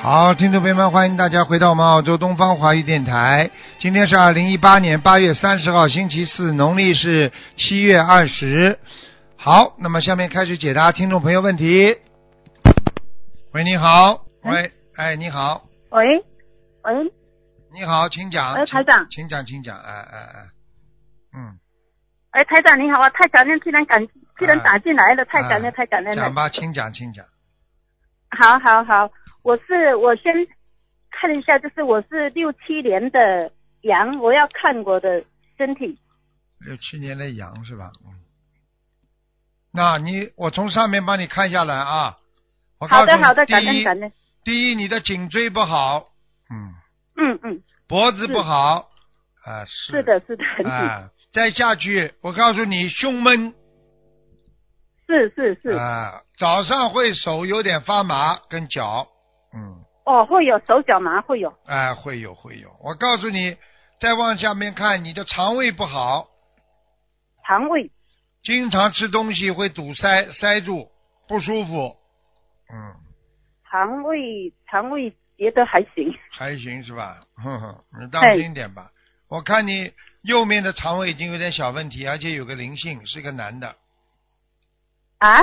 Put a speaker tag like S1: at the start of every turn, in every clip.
S1: 好，听众朋友们，欢迎大家回到我们澳洲东方华语电台。今天是二零一八年八月三十号，星期四，农历是七月二十。好，那么下面开始解答听众朋友问题。喂，你好，喂，哎，你好，
S2: 喂，喂，
S1: 你好，请讲。
S2: 喂
S1: 请
S2: 哎台长
S1: 请讲，请讲，哎哎哎，嗯，
S2: 哎，台长你好啊！太感恩，居然敢，居然打进来了，太感
S1: 哎
S2: 恩，太感恩了
S1: 啊讲。吧，请讲，请讲。
S2: 好好好，我是我先看一下，就是我是六七年的羊，我要看我的身体。
S1: 六七年的羊是吧？嗯，那你我从上面帮你看下来啊。我告
S2: 好
S1: 诉你，
S2: 的好的，
S1: 第
S2: 感恩
S1: 一，
S2: 感恩。
S1: 第一，你的颈椎不好，嗯，
S2: 嗯嗯，
S1: 脖子不好，啊是
S2: 是，的，是的，很紧、
S1: 啊，再下去，我告诉你，胸闷
S2: 是是是、
S1: 啊，早上会手有点发麻跟脚，嗯，
S2: 哦，会有手脚麻，会有。
S1: 哎、会有会有，我告诉你，再往下面看，你的肠胃不好，
S2: 肠胃
S1: 经常吃东西会堵塞塞住，不舒服，嗯。
S2: 肠胃肠胃觉得还行，
S1: 还行是吧？ 哼哼，你当心点吧。我看你右面的肠胃已经有点小问题，而且有个灵性，是个男的。
S2: 啊，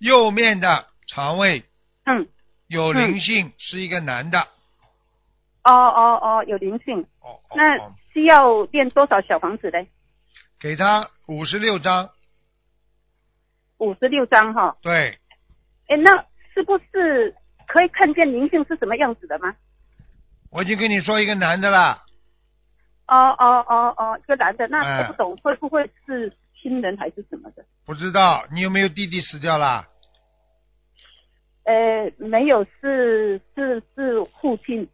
S1: 右面的肠胃
S2: 嗯，
S1: 有灵性，是一个男的。
S2: 哦哦哦，有灵性，
S1: 哦哦
S2: 那
S1: 哦，
S2: 需要练多少小房子嘞？
S1: 给他五十六张，
S2: 五十六张哈、
S1: 对，
S2: 哎，那是不是可以看见灵性是什么样子的吗？
S1: 我已经跟你说一个男的啦。
S2: 哦哦哦哦，一个男的，那
S1: 哎
S2: 我不懂会不会是亲人还是什么的？
S1: 不知道你有没有弟弟死掉啦？
S2: 呃，没有，是是是父亲。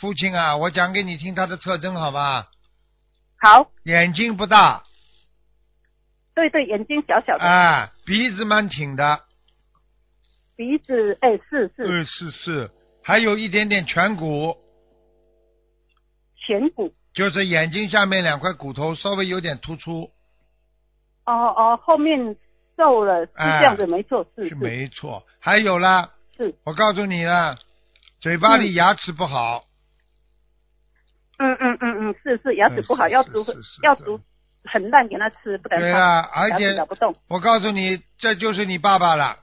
S1: 父亲啊，我讲给你听他的特征好吧？
S2: 好，
S1: 眼睛不大，
S2: 对对，眼睛小小的，
S1: 啊，鼻子蛮挺的，
S2: 鼻子哎是是
S1: 嗯，是是，还有一点点颧骨，
S2: 颧骨，
S1: 就是眼睛下面两块骨头稍微有点突出，
S2: 哦哦，后面瘦了是
S1: 哎
S2: 这样子，没错，是
S1: 是
S2: 是
S1: 没错。还有啦，
S2: 是，
S1: 我告诉你啦，嘴巴里
S2: 嗯
S1: 牙齿不好，
S2: 嗯嗯嗯嗯，是是牙齿不好，
S1: 嗯是
S2: 要
S1: 是
S2: 煮
S1: 是是
S2: 要
S1: 对
S2: 煮很烂给他吃，不敢
S1: 对
S2: 放，
S1: 啦，而
S2: 哎牙齿
S1: 且
S2: 咬不动。
S1: 我告诉你，这就是你爸爸了，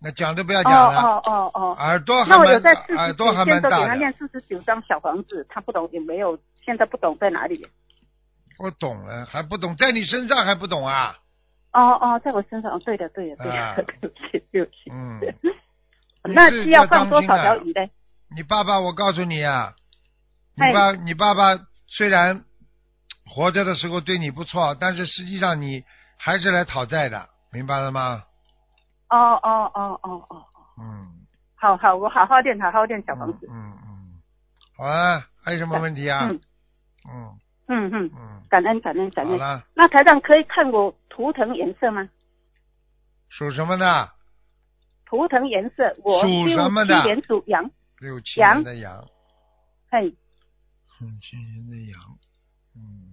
S1: 那讲都不要
S2: 哦
S1: 讲了，
S2: 哦哦哦，
S1: 耳朵还
S2: 那我有
S1: 蛮
S2: 在四
S1: 耳
S2: 十
S1: 朵还
S2: 九
S1: 蛮
S2: 天都给
S1: 大
S2: 他
S1: 的，
S2: 念四十九张小房子，他不懂有没有？现在不懂在哪里？
S1: 我懂了，还不懂，在你身上还不懂啊，
S2: 哦哦，在我身上，对的对的 对的，
S1: 啊
S2: 对不起对不起。
S1: 嗯，
S2: 那需要放多少
S1: 你是要
S2: 条
S1: 当
S2: 鱼呢？
S1: 你爸爸，我告诉你啊，你
S2: 哎
S1: 爸你爸爸虽然活着的时候对你不错，但是实际上你还是来讨债的，明白了吗？
S2: 哦哦哦哦哦，
S1: 嗯，
S2: 好好，我好好练，好好练小房子。
S1: 嗯嗯嗯，好啊，还有什么问题啊？
S2: 嗯
S1: 嗯
S2: 嗯嗯，
S1: 嗯，
S2: 感恩感恩感
S1: 好
S2: 恩。
S1: 了，
S2: 那台长可以看我图腾颜色吗？
S1: 属什么的？
S2: 图腾颜色，我
S1: 属
S2: 六
S1: 什么的啊
S2: 七年属羊，
S1: 六七
S2: 羊
S1: 年的羊，
S2: 嘿，
S1: 六七年的羊，嗯，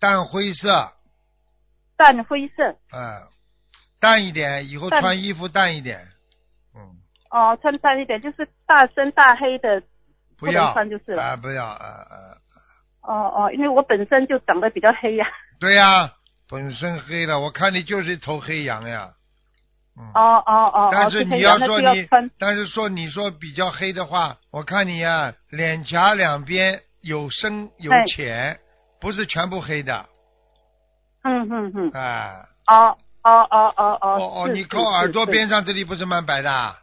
S1: 淡灰色，
S2: 淡灰色。
S1: 嗯，淡一点，以后
S2: 淡
S1: 穿衣服淡一点，嗯，
S2: 哦，穿淡一点，就是大深大黑的，
S1: 不
S2: 能
S1: 要
S2: 穿就是了。
S1: 啊，不要啊啊。
S2: 哦哦，因为我本身就长得比较黑呀、
S1: 对呀、本身黑了，我看你就是一头黑羊呀。嗯。
S2: 哦哦哦，
S1: 但
S2: 哦
S1: 是
S2: 这
S1: 你
S2: 些羊那
S1: 说
S2: 就要
S1: 你
S2: 穿，
S1: 但是说你说比较黑的话，我看你呀、脸颊两边有深有
S2: 哎
S1: 浅，不是全部黑的
S2: 嗯嗯嗯，
S1: 啊。
S2: 哦哦哦哦哦
S1: 哦哦，
S2: 是
S1: 你
S2: 是
S1: 靠耳朵
S2: 是
S1: 边上这里不是蛮白的啊？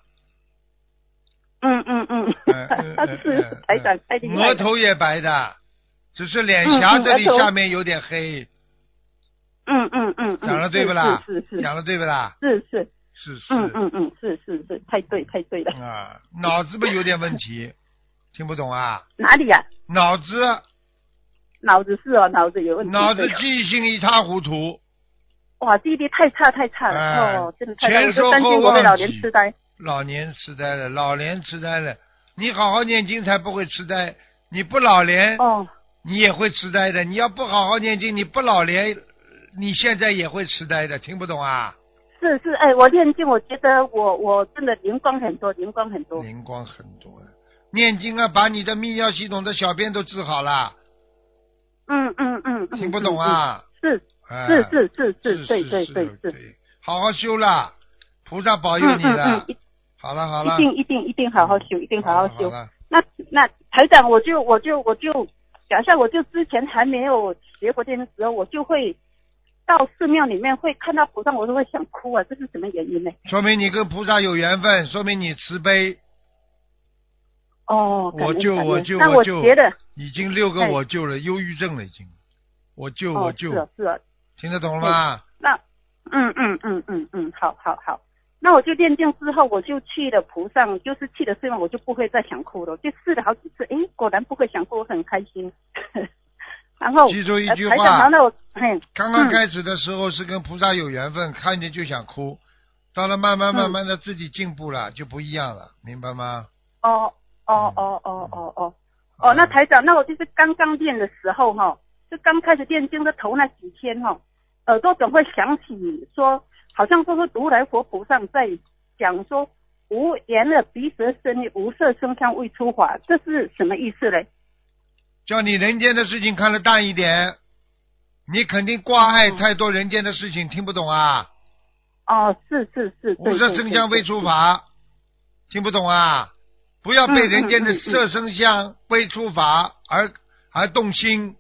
S2: 嗯嗯嗯
S1: 嗯 嗯嗯，
S2: 是
S1: 嗯
S2: 台长太厉害
S1: 额
S2: 了，
S1: 头也白的，只是脸颊
S2: 嗯嗯
S1: 这里
S2: 额头
S1: 下面有点黑，
S2: 嗯嗯嗯，嗯
S1: 讲的对不啦？
S2: 是是是
S1: 讲的对不啦？
S2: 是是，
S1: 是是。
S2: 嗯嗯嗯，是是是，太对太对了，
S1: 啊，脑子不有点问题，听不懂啊？
S2: 哪里呀、
S1: 脑子
S2: 脑子是哦，脑子有问题，
S1: 脑子
S2: 对
S1: 记性一塌糊涂，
S2: 哇，记忆力太差太差了，
S1: 哎
S2: 哦，真的太差了，
S1: 前
S2: 我
S1: 说
S2: 就担心
S1: 后
S2: 我被老
S1: 忘
S2: 年
S1: 记
S2: 痴呆。
S1: 老年痴呆了，老年痴呆了。你好好念经才不会痴呆，你不老年、
S2: 哦
S1: 你也会痴呆的。你要不好好念经，你不老年你现在也会痴呆的，听不懂啊？
S2: 是是是，哎，我念经，我觉得我我真的灵光很多，灵光很多。
S1: 灵光很多了。念经啊，把你的泌尿系统的小便都治好了，
S2: 嗯嗯嗯。嗯
S1: 听不懂？啊？
S2: 嗯
S1: 哎
S2: 是是是是
S1: 是
S2: 是，对对
S1: 是
S2: 对是。
S1: 对，好好修啦，菩萨保佑
S2: 嗯
S1: 你
S2: 嗯
S1: 了
S2: 嗯，。一
S1: 好了好
S2: 一
S1: 了，
S2: 定一定一定好好修，一定好
S1: 好
S2: 好
S1: 了
S2: 修。
S1: 了
S2: 那那台长，我就我就我就假设我就之前还没有学佛经的时候，我就会到寺庙里面会看到菩萨，我都会想哭啊，这是什么原因呢？
S1: 说明你跟菩萨有缘分，说明你慈悲，
S2: 哦，感
S1: 我
S2: 恩
S1: 就
S2: 感恩
S1: 我就
S2: 那
S1: 我
S2: 我
S1: 就
S2: 觉得
S1: 已经六个
S2: 哎
S1: 我救了，忧郁症了已经，我救
S2: 哦
S1: 我救
S2: 是，啊是啊，
S1: 听得懂了吗？
S2: 那嗯嗯嗯嗯嗯，好好好。那我就练定之后，我就去了菩萨，就是去了寺庙，我就不会再想哭了。我就试了好几次，诶，果然不会想哭，我很开心。 然后
S1: 记住一句
S2: 呃台
S1: 话
S2: 长，那我嘿，
S1: 刚刚
S2: 嗯
S1: 开始的时候是跟菩萨有缘分，看见就想哭，到了慢慢
S2: 嗯
S1: 慢慢的自己进步了，就不一样了，明白吗？
S2: 哦哦哦哦哦哦哦，那台长，那我就是刚刚练的时候哈、就刚开始练经的头那几天哈、耳朵总会想起说，好像都是如来佛菩萨在讲说，无言的鼻舌身意，无色声香味触法，这是什么意思嘞？
S1: 叫你人间的事情看得淡一点，你肯定挂碍
S2: 嗯
S1: 太多人间的事情，听不懂啊？
S2: 哦，是是是，对
S1: 五色声香味触，法，听不懂啊？不要被人间的
S2: 嗯嗯嗯嗯
S1: 色声香味触法而而动心，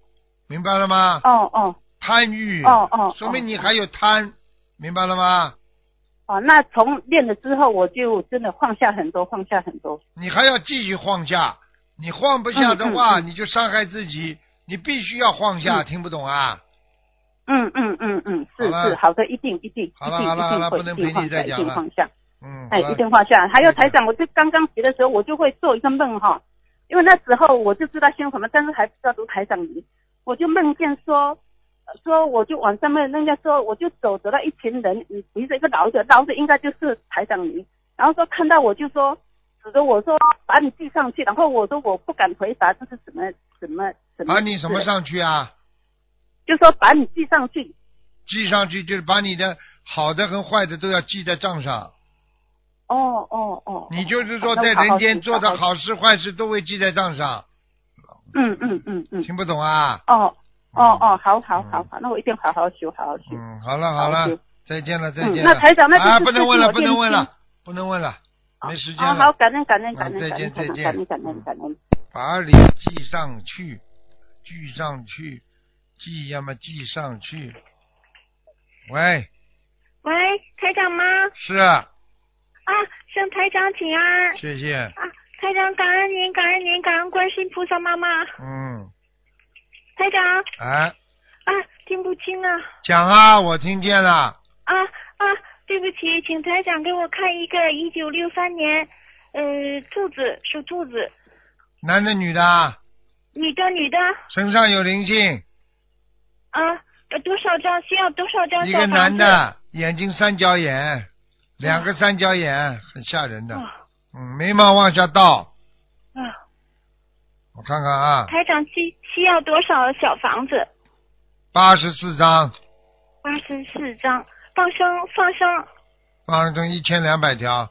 S1: 明白了吗
S2: 对对？对哦哦
S1: 贪欲，
S2: 哦哦
S1: 说明你
S2: 哦
S1: 还有贪，明白了吗？
S2: 哦，那从练了之后，我就真的放下很多，放下很多。
S1: 你还要继续晃下，你晃不下的话，
S2: 嗯嗯
S1: 你就伤害自己，你必须要晃下，
S2: 嗯
S1: 听不懂啊？
S2: 嗯嗯嗯嗯，是
S1: 好了
S2: 是，好的，一定一定，一定
S1: 好了好了好了
S2: 一
S1: 不能
S2: 定
S1: 陪
S2: 会，
S1: 你
S2: 一定放
S1: 再
S2: 下，一
S1: 讲
S2: 定
S1: 了
S2: 放下。
S1: 嗯，
S2: 哎，
S1: 好了
S2: 一定放下。还有
S1: 再见
S2: 台长，我就刚刚学的时候，我就会做一个梦哈，因为那时候我就知道修什么，但是还不知道读台长名，我就梦见说，呃说我就晚上梦，人家说我就走走到一群人，嗯，围着一个老者，老者应该就是台长您，然后说看到我就说指着我说把你记上去，然后我说我不敢回答，这是什么什么什么？
S1: 把你什么？上去啊？
S2: 就说把你记上去。
S1: 记上去就是把你的好的和坏的都要记在账上。
S2: 哦哦哦，
S1: 你
S2: 哦
S1: 就是说在人间做的，
S2: 那我好
S1: 好事坏事都会记在账上，
S2: 好嗯嗯嗯嗯，
S1: 听不懂啊？
S2: 哦哦哦，好好好好，那我一定好好修，好好修。
S1: 嗯，好了好了
S2: 好就，
S1: 再见了再
S2: 嗯
S1: 见，了。
S2: 那台长，那
S1: 啊，
S2: 就是
S1: 不能问
S2: 最
S1: 了
S2: 近我
S1: 不能问
S2: 练
S1: 了不能问了，没时
S2: 经。
S1: 间
S2: 啊，
S1: 了
S2: 好，，感恩感恩
S1: 嗯
S2: 感恩
S1: 再
S2: 感
S1: 见
S2: 恩
S1: 再
S2: 感
S1: 见嗯
S2: 恩感恩感恩感恩。
S1: 把你记上去，记上去，记要么记上去。喂，
S3: 喂，台长吗？
S1: 是啊，
S3: 啊，向台长请安
S1: 谢谢，
S3: 啊！台长，感恩您，感恩您，感恩观世音菩萨妈妈。
S1: 嗯，
S3: 台长
S1: 哎，
S3: 啊，听不清啊
S1: 讲啊，我听见了，
S3: 啊啊！对不起，请台长给我看一个一九六三年，呃，兔子属兔子，
S1: 男的女的啊，
S3: 女的女的
S1: 身上有灵性，
S3: 啊，呃多少张需要多少张
S1: 一
S3: 小
S1: 个
S3: 房子？
S1: 男的，眼睛三角眼，两个三角眼，很吓人的，
S3: 啊
S1: 嗯，眉毛往下倒，
S3: 啊，
S1: 我看看啊，
S3: 台长需需要多少小房子？
S1: 八十四张，
S3: 八十四张，放生放生
S1: 放成一千两百条，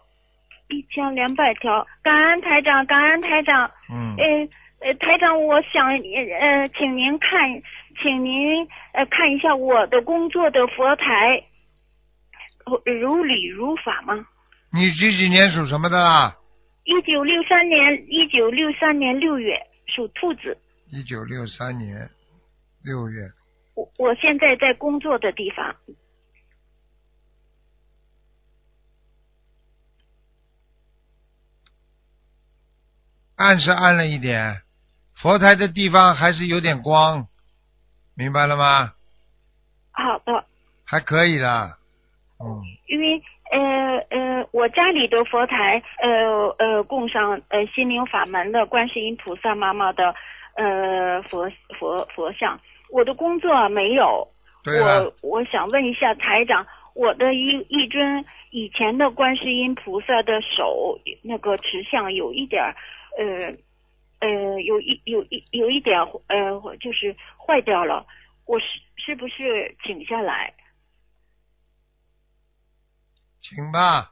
S3: 一千两百条，感恩台长，感恩台长。
S1: 嗯，
S3: 呃呃，台长，我想呃，请您看，请您呃看一下我的工作的佛台，如如理如法吗？
S1: 你几几年属什么的啦？
S3: 一九六三年，一九六三年六月，属兔子。
S1: 一九六三年六月，
S3: 我我现在在工作的地方，
S1: 暗是暗了一点，佛台的地方还是有点光，明白了吗？
S3: 好的，
S1: 还可以啦，嗯，
S3: 因为呃呃，我家里的佛台呃呃供上呃心灵法门的观世音菩萨妈妈的呃佛佛佛像，我的工作没有，
S1: 对啊了，
S3: 我我想问一下台长，我的一一尊以前的观世音菩萨的手那个持像有一点儿，呃，呃，有一有一有一点儿呃，就是坏掉了，我是是不是请下来？
S1: 请吧，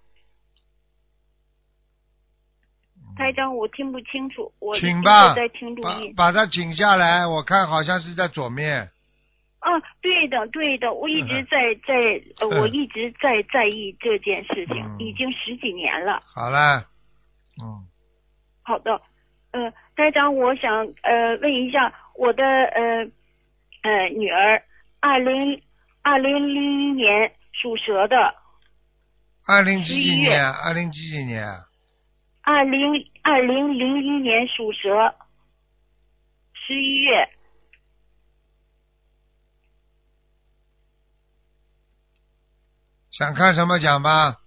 S3: 台长，我听不清楚，我
S1: 请
S3: 一
S1: 吧
S3: 直在听录
S1: 把
S3: 音。
S1: 把它请下来，我看好像是在左面。
S3: 啊，对的，对的，我一直
S1: 嗯
S3: 在在，呃
S1: 嗯
S3: 我一直在在意这件事情，
S1: 嗯
S3: 已经十几年了。
S1: 好了，嗯，
S3: 好的，呃，台长，我想呃问一下我的呃呃女儿，二零二零零一年属蛇的，
S1: 二零几几
S3: 11月
S1: 年？二零几几年？
S3: 二零二零零一年属蛇，十一月，
S1: 想看什么讲吧？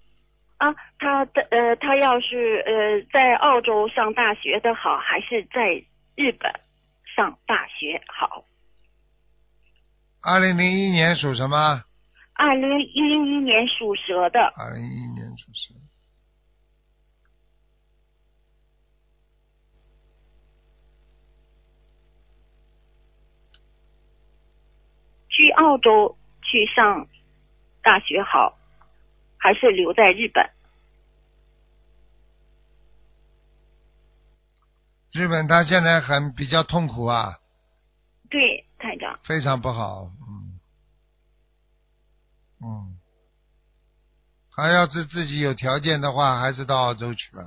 S3: 啊，他的呃，他要是呃在澳洲上大学的好，还是在日本上大学好？
S1: 二零零一年属什么？
S3: 二零一一年属蛇的，
S1: 二零一一年出生。
S3: 去澳洲去上大学好，还是留在日本？
S1: 日本他现在很比较痛苦啊，
S3: 对，台长，
S1: 非常不好，嗯，嗯，他要是自己有条件的话，还是到澳洲去吧。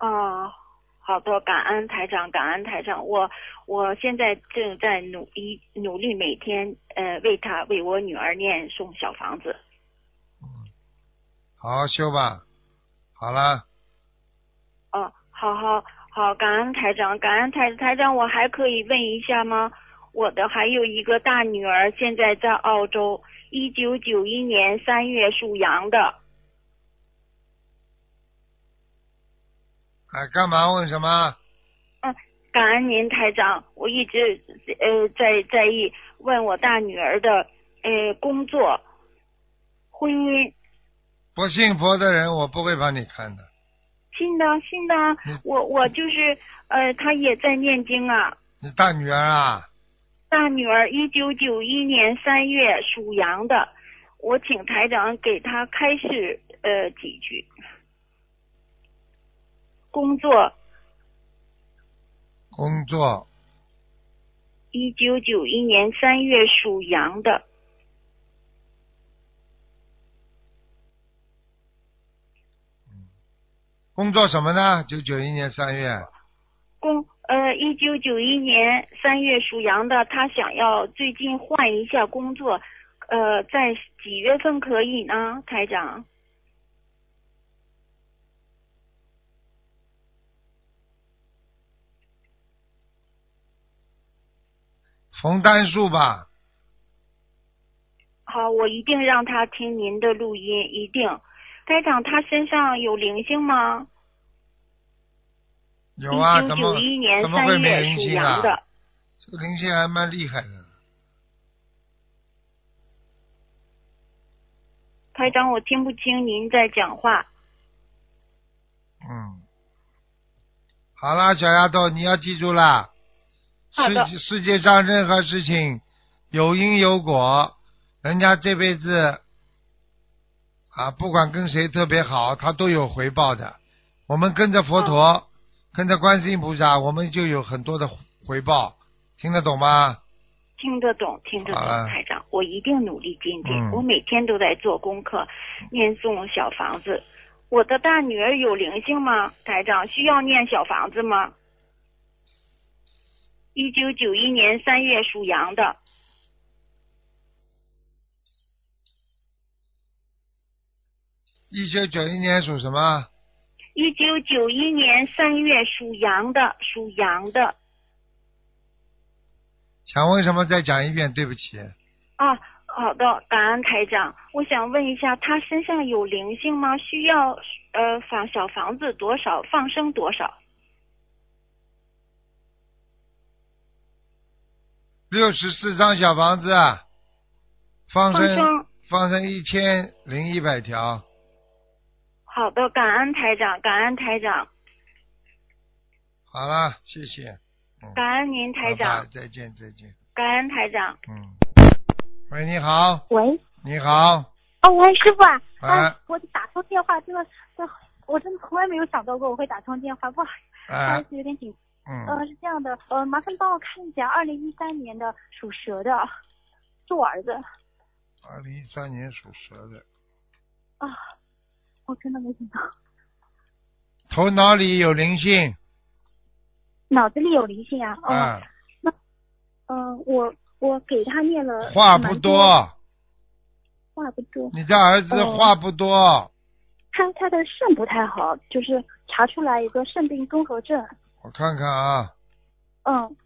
S3: 哦，好的，感恩台长，感恩台长，我我现在正在努力努力，每天呃为他为我女儿念送小房子。
S1: 好好修吧，好了，
S3: 哦，好好好，感恩台长，感恩台台长，我还可以问一下吗？我的还有一个大女儿，现在在澳洲，一九九一年三月属羊的，
S1: 哎，干嘛问什么？
S3: 感恩您台长，我一直呃在在意问我大女儿的呃工作、婚姻，
S1: 不信佛的人，我不会帮你看的。
S3: 信的信的啊
S1: 嗯，
S3: 我我就是呃，她也在念经啊。
S1: 你大女儿啊，
S3: 大女儿一九九一年三月属羊的，我请台长给她开示呃几句。工作
S1: 工作
S3: 一九九一年三月属羊的，
S1: 工作什么呢？九九一年三月，
S3: 工呃一九九一年三月属羊的，她想要最近换一下工作，呃，在几月份可以呢？台长，
S1: 冯单数吧，
S3: 好，我一定让她听您的录音，一定。台长，她身上有灵性吗？
S1: 有啊，
S3: 一九
S1: 怎
S3: 九
S1: 么
S3: 一年
S1: 怎么
S3: 三
S1: 会没
S3: 月
S1: 灵
S3: 属
S1: 性
S3: 羊的
S1: 啊？，这个灵性还蛮厉害的。
S3: 台长，我听不清您在讲话。
S1: 嗯，好啦，小丫头，你要记住啦，
S3: 好的
S1: 世世界上任何事情有因有果，人家这辈子啊，不管跟谁特别好，他都有回报的。我们跟着佛陀，
S3: 嗯
S1: 跟着观世音菩萨，我们就有很多的回报，听得懂吗？
S3: 听得懂，听得懂
S1: 好了，
S3: 台长，我一定努力精进。
S1: 嗯
S3: 我每天都在做功课，念诵小房子。我的大女儿有灵性吗？台长，需要念小房子吗？一九九一年三月属羊的，
S1: 一九九一年属什么？
S3: 一九九一年三月属羊的，属羊的
S1: 想问什么再讲一遍，对不起。
S3: 啊。好的，感恩台长，我想问一下，她身上有灵性吗？需要呃，房小房子多少，放生多少？
S1: 六十四张小房子，啊，放
S3: 放
S1: 生
S3: 生
S1: 放生一千零一百条，
S3: 好的，感恩台长，感恩台长，
S1: 好了，谢谢，
S3: 感恩您台
S1: 拜
S3: 长
S1: 拜，再见再见，
S3: 感恩台长。
S1: 嗯，喂，你好，
S4: 喂，
S1: 你好，
S4: 哦，喂，师傅啊，
S1: 哎
S4: 我打通电话真的，真我真的从来没有想到过我会打通电话，不好意思，不好
S1: 哎
S4: 意，思，有点紧张。
S1: 嗯，
S4: 呃，是这样的，呃，麻烦帮我看一下，二零一三年的属蛇的，是我儿子
S1: 二零一三年属蛇的，
S4: 啊，我真的没想到，
S1: 头脑里有灵性，
S4: 脑子里有灵性啊。哦、
S1: 啊，
S4: 嗯、我我给他念了
S1: 话
S4: 蛮
S1: 不
S4: 多，
S1: 多，
S4: 话不多，
S1: 你的儿子
S4: 哦
S1: 话不多，
S4: 他他的肾不太好，就是查出来一个肾病综合症，
S1: 我看看 啊，
S4: 嗯。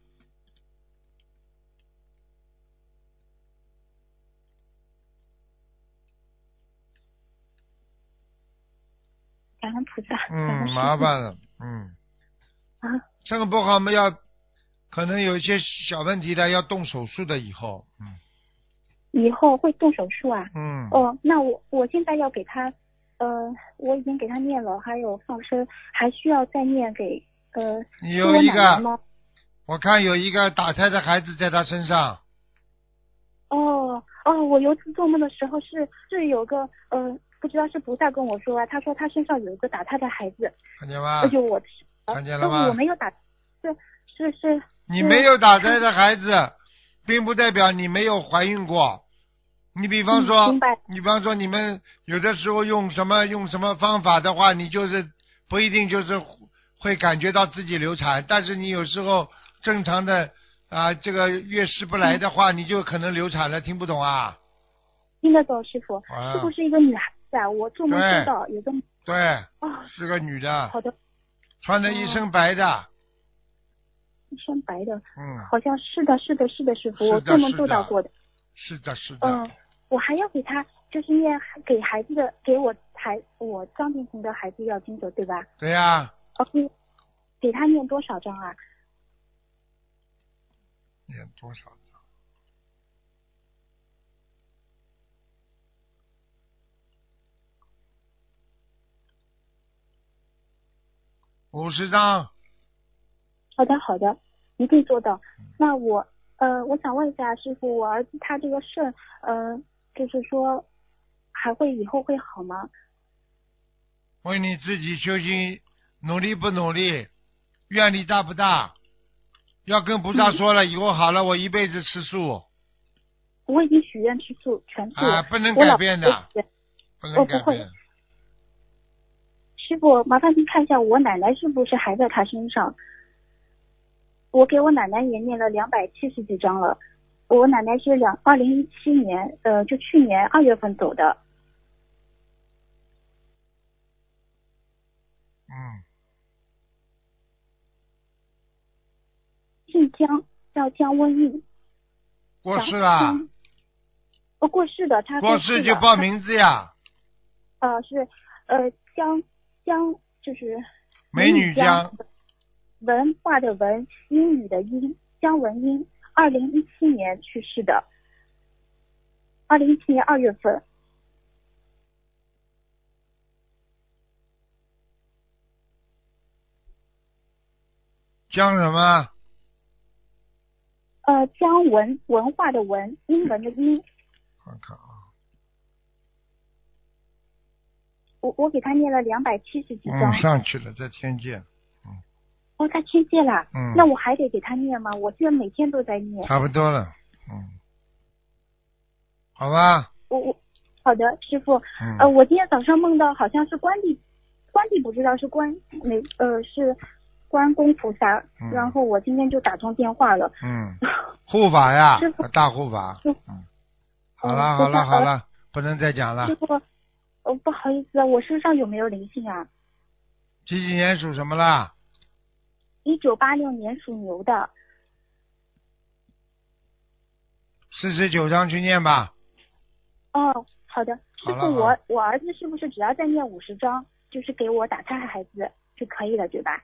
S4: 感恩菩萨，感恩
S1: 嗯，
S4: 师
S1: 麻
S4: 父
S1: 烦了，嗯，
S4: 啊，
S1: 肾不好嘛要，可能有一些小问题的，要动手术的以后，嗯
S4: 以后会动手术啊？
S1: 嗯，
S4: 哦，那我我现在要给他，呃，我已经给他念了，还有放生，还需要再念给呃
S1: 你
S4: 给
S1: 有
S4: 我
S1: 一
S4: 奶奶
S1: 个，
S4: 吗？
S1: 我看有一个打胎的孩子在他身上，
S4: 哦哦，我有一次做梦的时候是是有个呃，不知道是菩萨跟我说啊，他说他身上有一个打他的孩子，
S1: 看见吗
S4: 这？就我，
S1: 啊看见了
S4: 但
S1: 吗
S4: 是我没有打，是是是，
S1: 你
S4: 是
S1: 没有打胎的孩
S4: 嗯
S1: 子，并不代表你没有怀孕过。你比方说
S4: 嗯明白，
S1: 你比方说，你们有的时候用什么用什么方法的话，你就是不一定就是会感觉到自己流产，但是你有时候正常的啊、这个月事不来的
S4: 嗯
S1: 话，你就可能流产了。听不懂啊？
S4: 听得懂师傅，
S1: 啊
S4: 师傅是一个女孩子啊，我做梦
S1: 对啊
S4: 梦到有个
S1: 对，
S4: 哦，
S1: 是个女的，
S4: 好的，
S1: 穿的一身白的，
S4: 一身白的，
S1: 嗯，
S4: 好像是的，是的，是的，师傅，
S1: 是的
S4: 我做梦
S1: 是
S4: 做到
S1: 的
S4: 过的。
S1: 是的，是的，
S4: 嗯，我还要给他，就是念给孩子的，给我孩我张建平的孩子要经走，对吧
S1: 对呀、
S4: ？OK，给他念多少章啊？
S1: 念多少张？五十张，
S4: 好的，好的，一定做到。
S1: 嗯
S4: 那我呃，我想问一下师傅，我儿子他这个肾，呃，就是说还会以后会好吗？
S1: 为你自己修心，努力不努力，愿力大不大？要跟菩萨说了，以后好了，我一辈子吃素，
S4: 我已经许愿吃素全素了，
S1: 啊不能
S4: 我老
S1: 改变的
S4: 我许愿
S1: 不
S4: 我
S1: 能
S4: 不
S1: 改
S4: 会
S1: 变。
S4: 师傅，麻烦您看一下我奶奶是不是还在他身上？我给我奶奶也念了两百七十几张了。我奶奶是两二零一七年，呃，就去年二月份走的。
S1: 嗯，
S4: 姓江，叫江瘟疫。
S1: 过世
S4: 江
S1: 了，
S4: 江呃，过世的，他
S1: 啊过
S4: 世
S1: 世
S4: 了
S1: 就报。名字呀，
S4: 呃，是呃江江就是
S1: 美女
S4: 江
S1: 江，
S4: 文化的文，英语的英，江文英，二零一七年去世的，二零一七年二月份。
S1: 江什么？
S4: 呃，江文文化的文，英文的
S1: 嗯
S4: 英，
S1: 看看啊，
S4: 我我给他念了两百七十几张
S1: 嗯，，上去了，在天界，
S4: 哦，他听见了，
S1: 嗯
S4: 那我还得给他念吗？我现在每天都在念，
S1: 差不多了，嗯，好吧，
S4: 我我好的，师傅，
S1: 嗯，
S4: 呃，我今天早上梦到好像是关帝，关帝不知道是关哪呃是关公菩萨
S1: 嗯，
S4: 然后我今天就打通电话了，
S1: 嗯，护法呀
S4: 师傅，
S1: 大护法，
S4: 师傅
S1: 嗯，好了
S4: 嗯
S1: 好了
S4: 菩萨
S1: 好了，不能再讲了
S4: 师。傅，呃不好意思啊，我身上有没有灵性啊？
S1: 几几年属什么啦？
S4: 一九八六年属牛的，
S1: 四十九章去念吧。
S4: 哦，好的，师
S1: 好了好
S4: 傅，我我儿子是不是只要再念五十章，就是给我打胎孩子就可以了，对吧？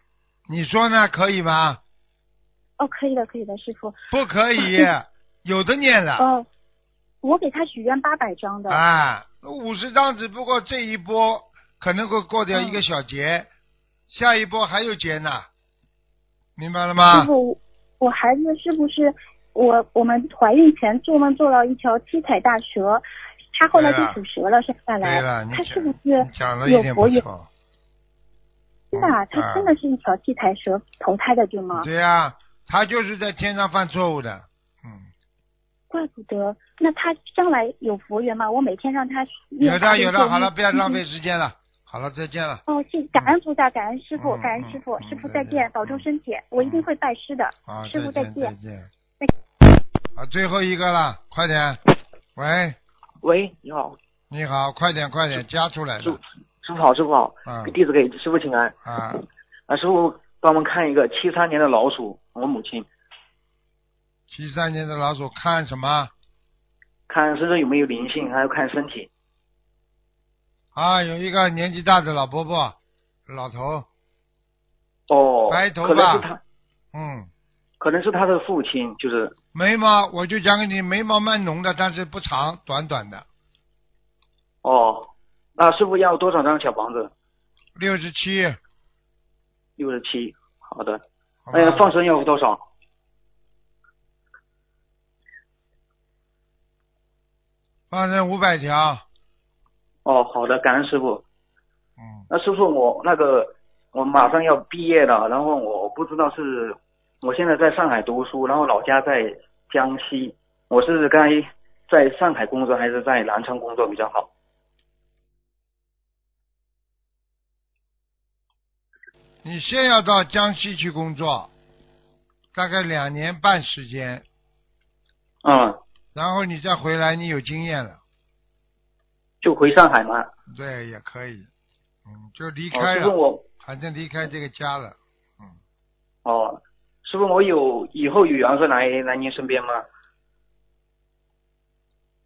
S1: 你说呢？可以吗？
S4: 哦，可以的，可以的，师傅。
S1: 不可 以，有的念了
S4: 哦，我给他许愿八百章的。
S1: 啊，五十章只不过这一波可能会过掉一个小
S4: 嗯
S1: 节，下一波还有节呢，明白了吗
S4: 师？傅，我孩子是不是我我们怀孕前做梦做到一条七彩大蛇，他后来就
S1: 对了
S4: 属蛇了，生下
S1: 对
S4: 来
S1: 了，你
S4: 他是
S1: 讲
S4: 不是
S1: 你讲的一点不
S4: 有佛
S1: 错。
S4: 真的啊？
S1: 嗯
S4: 他真的是一条地台蛇投胎的，对吗？
S1: 对呀、他就是在天上犯错误的。嗯，
S4: 怪不得。那他将来有佛缘吗？我每天让他念
S1: 有
S4: 大
S1: 的
S4: 悲
S1: 有
S4: 咒
S1: 的，好了，
S4: 念
S1: 不要浪。
S4: 嗯
S1: 费时间了。好了，再见了。
S4: 哦，谢感恩菩萨，感恩师傅，
S1: 嗯
S4: 感恩师傅
S1: 嗯，
S4: 师傅
S1: 嗯再
S4: 再见
S1: 见，
S4: 保重身体，我一定会拜师的
S1: 啊，，
S4: 师傅
S1: 再
S4: 再
S1: 再
S4: 见。
S1: 见。啊，最后一个了，快点。喂，
S5: 喂，你好，
S1: 你好，快点快点，加出来
S5: 师
S1: 的。
S5: 师傅好，师傅好，
S1: 啊
S5: 给弟子给师傅请安。
S1: 啊，
S5: 啊，师傅帮忙看一个七三年的老鼠，我母亲，
S1: 七三年的老鼠看什么？
S5: 看身上有没有灵性，还要看身体。
S1: 啊，有一个年纪大的老伯伯，老头，
S5: 哦，
S1: 白头发
S5: 可能是他，
S1: 嗯，
S5: 可能是他的父亲，就是
S1: 眉毛我就讲给你，眉毛蛮浓的，但是不长，短短的，
S5: 哦。那师傅要多少张小房子？
S1: 六十七。
S5: 六十七。好的。
S1: 好吧
S5: 哎呀，放生要多少？
S1: 放生五百条。
S5: 哦，好的，感恩师傅。
S1: 嗯，
S5: 那师傅，我那个我马上要毕业了，然后我不知道是我现在在上海读书，然后老家在江西，我是该在上海工作还是在南昌工作比较好？
S1: 你先要到江西去工作，大概两年半时间，
S5: 嗯，
S1: 然后你再回来，你有经验了，
S5: 就回上海嘛。
S1: 对，也可以。嗯，就离
S5: 哦，
S1: 开
S5: 师
S1: 了，
S5: 傅我
S1: 反正离开这个家了。
S5: 哦，师傅我有以后有缘分来来您身边吗？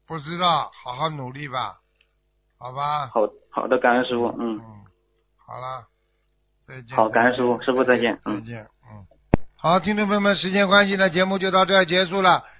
S1: 不知道，好好努力吧，好吧。
S5: 好好的，感恩师傅，嗯。
S1: 嗯，好了，再见。
S5: 好感恩师傅
S1: 再见
S5: 师傅再见
S1: 再
S5: 嗯
S1: 见，嗯。好，听众朋友们，时间关系呢，节目就到这儿结束了。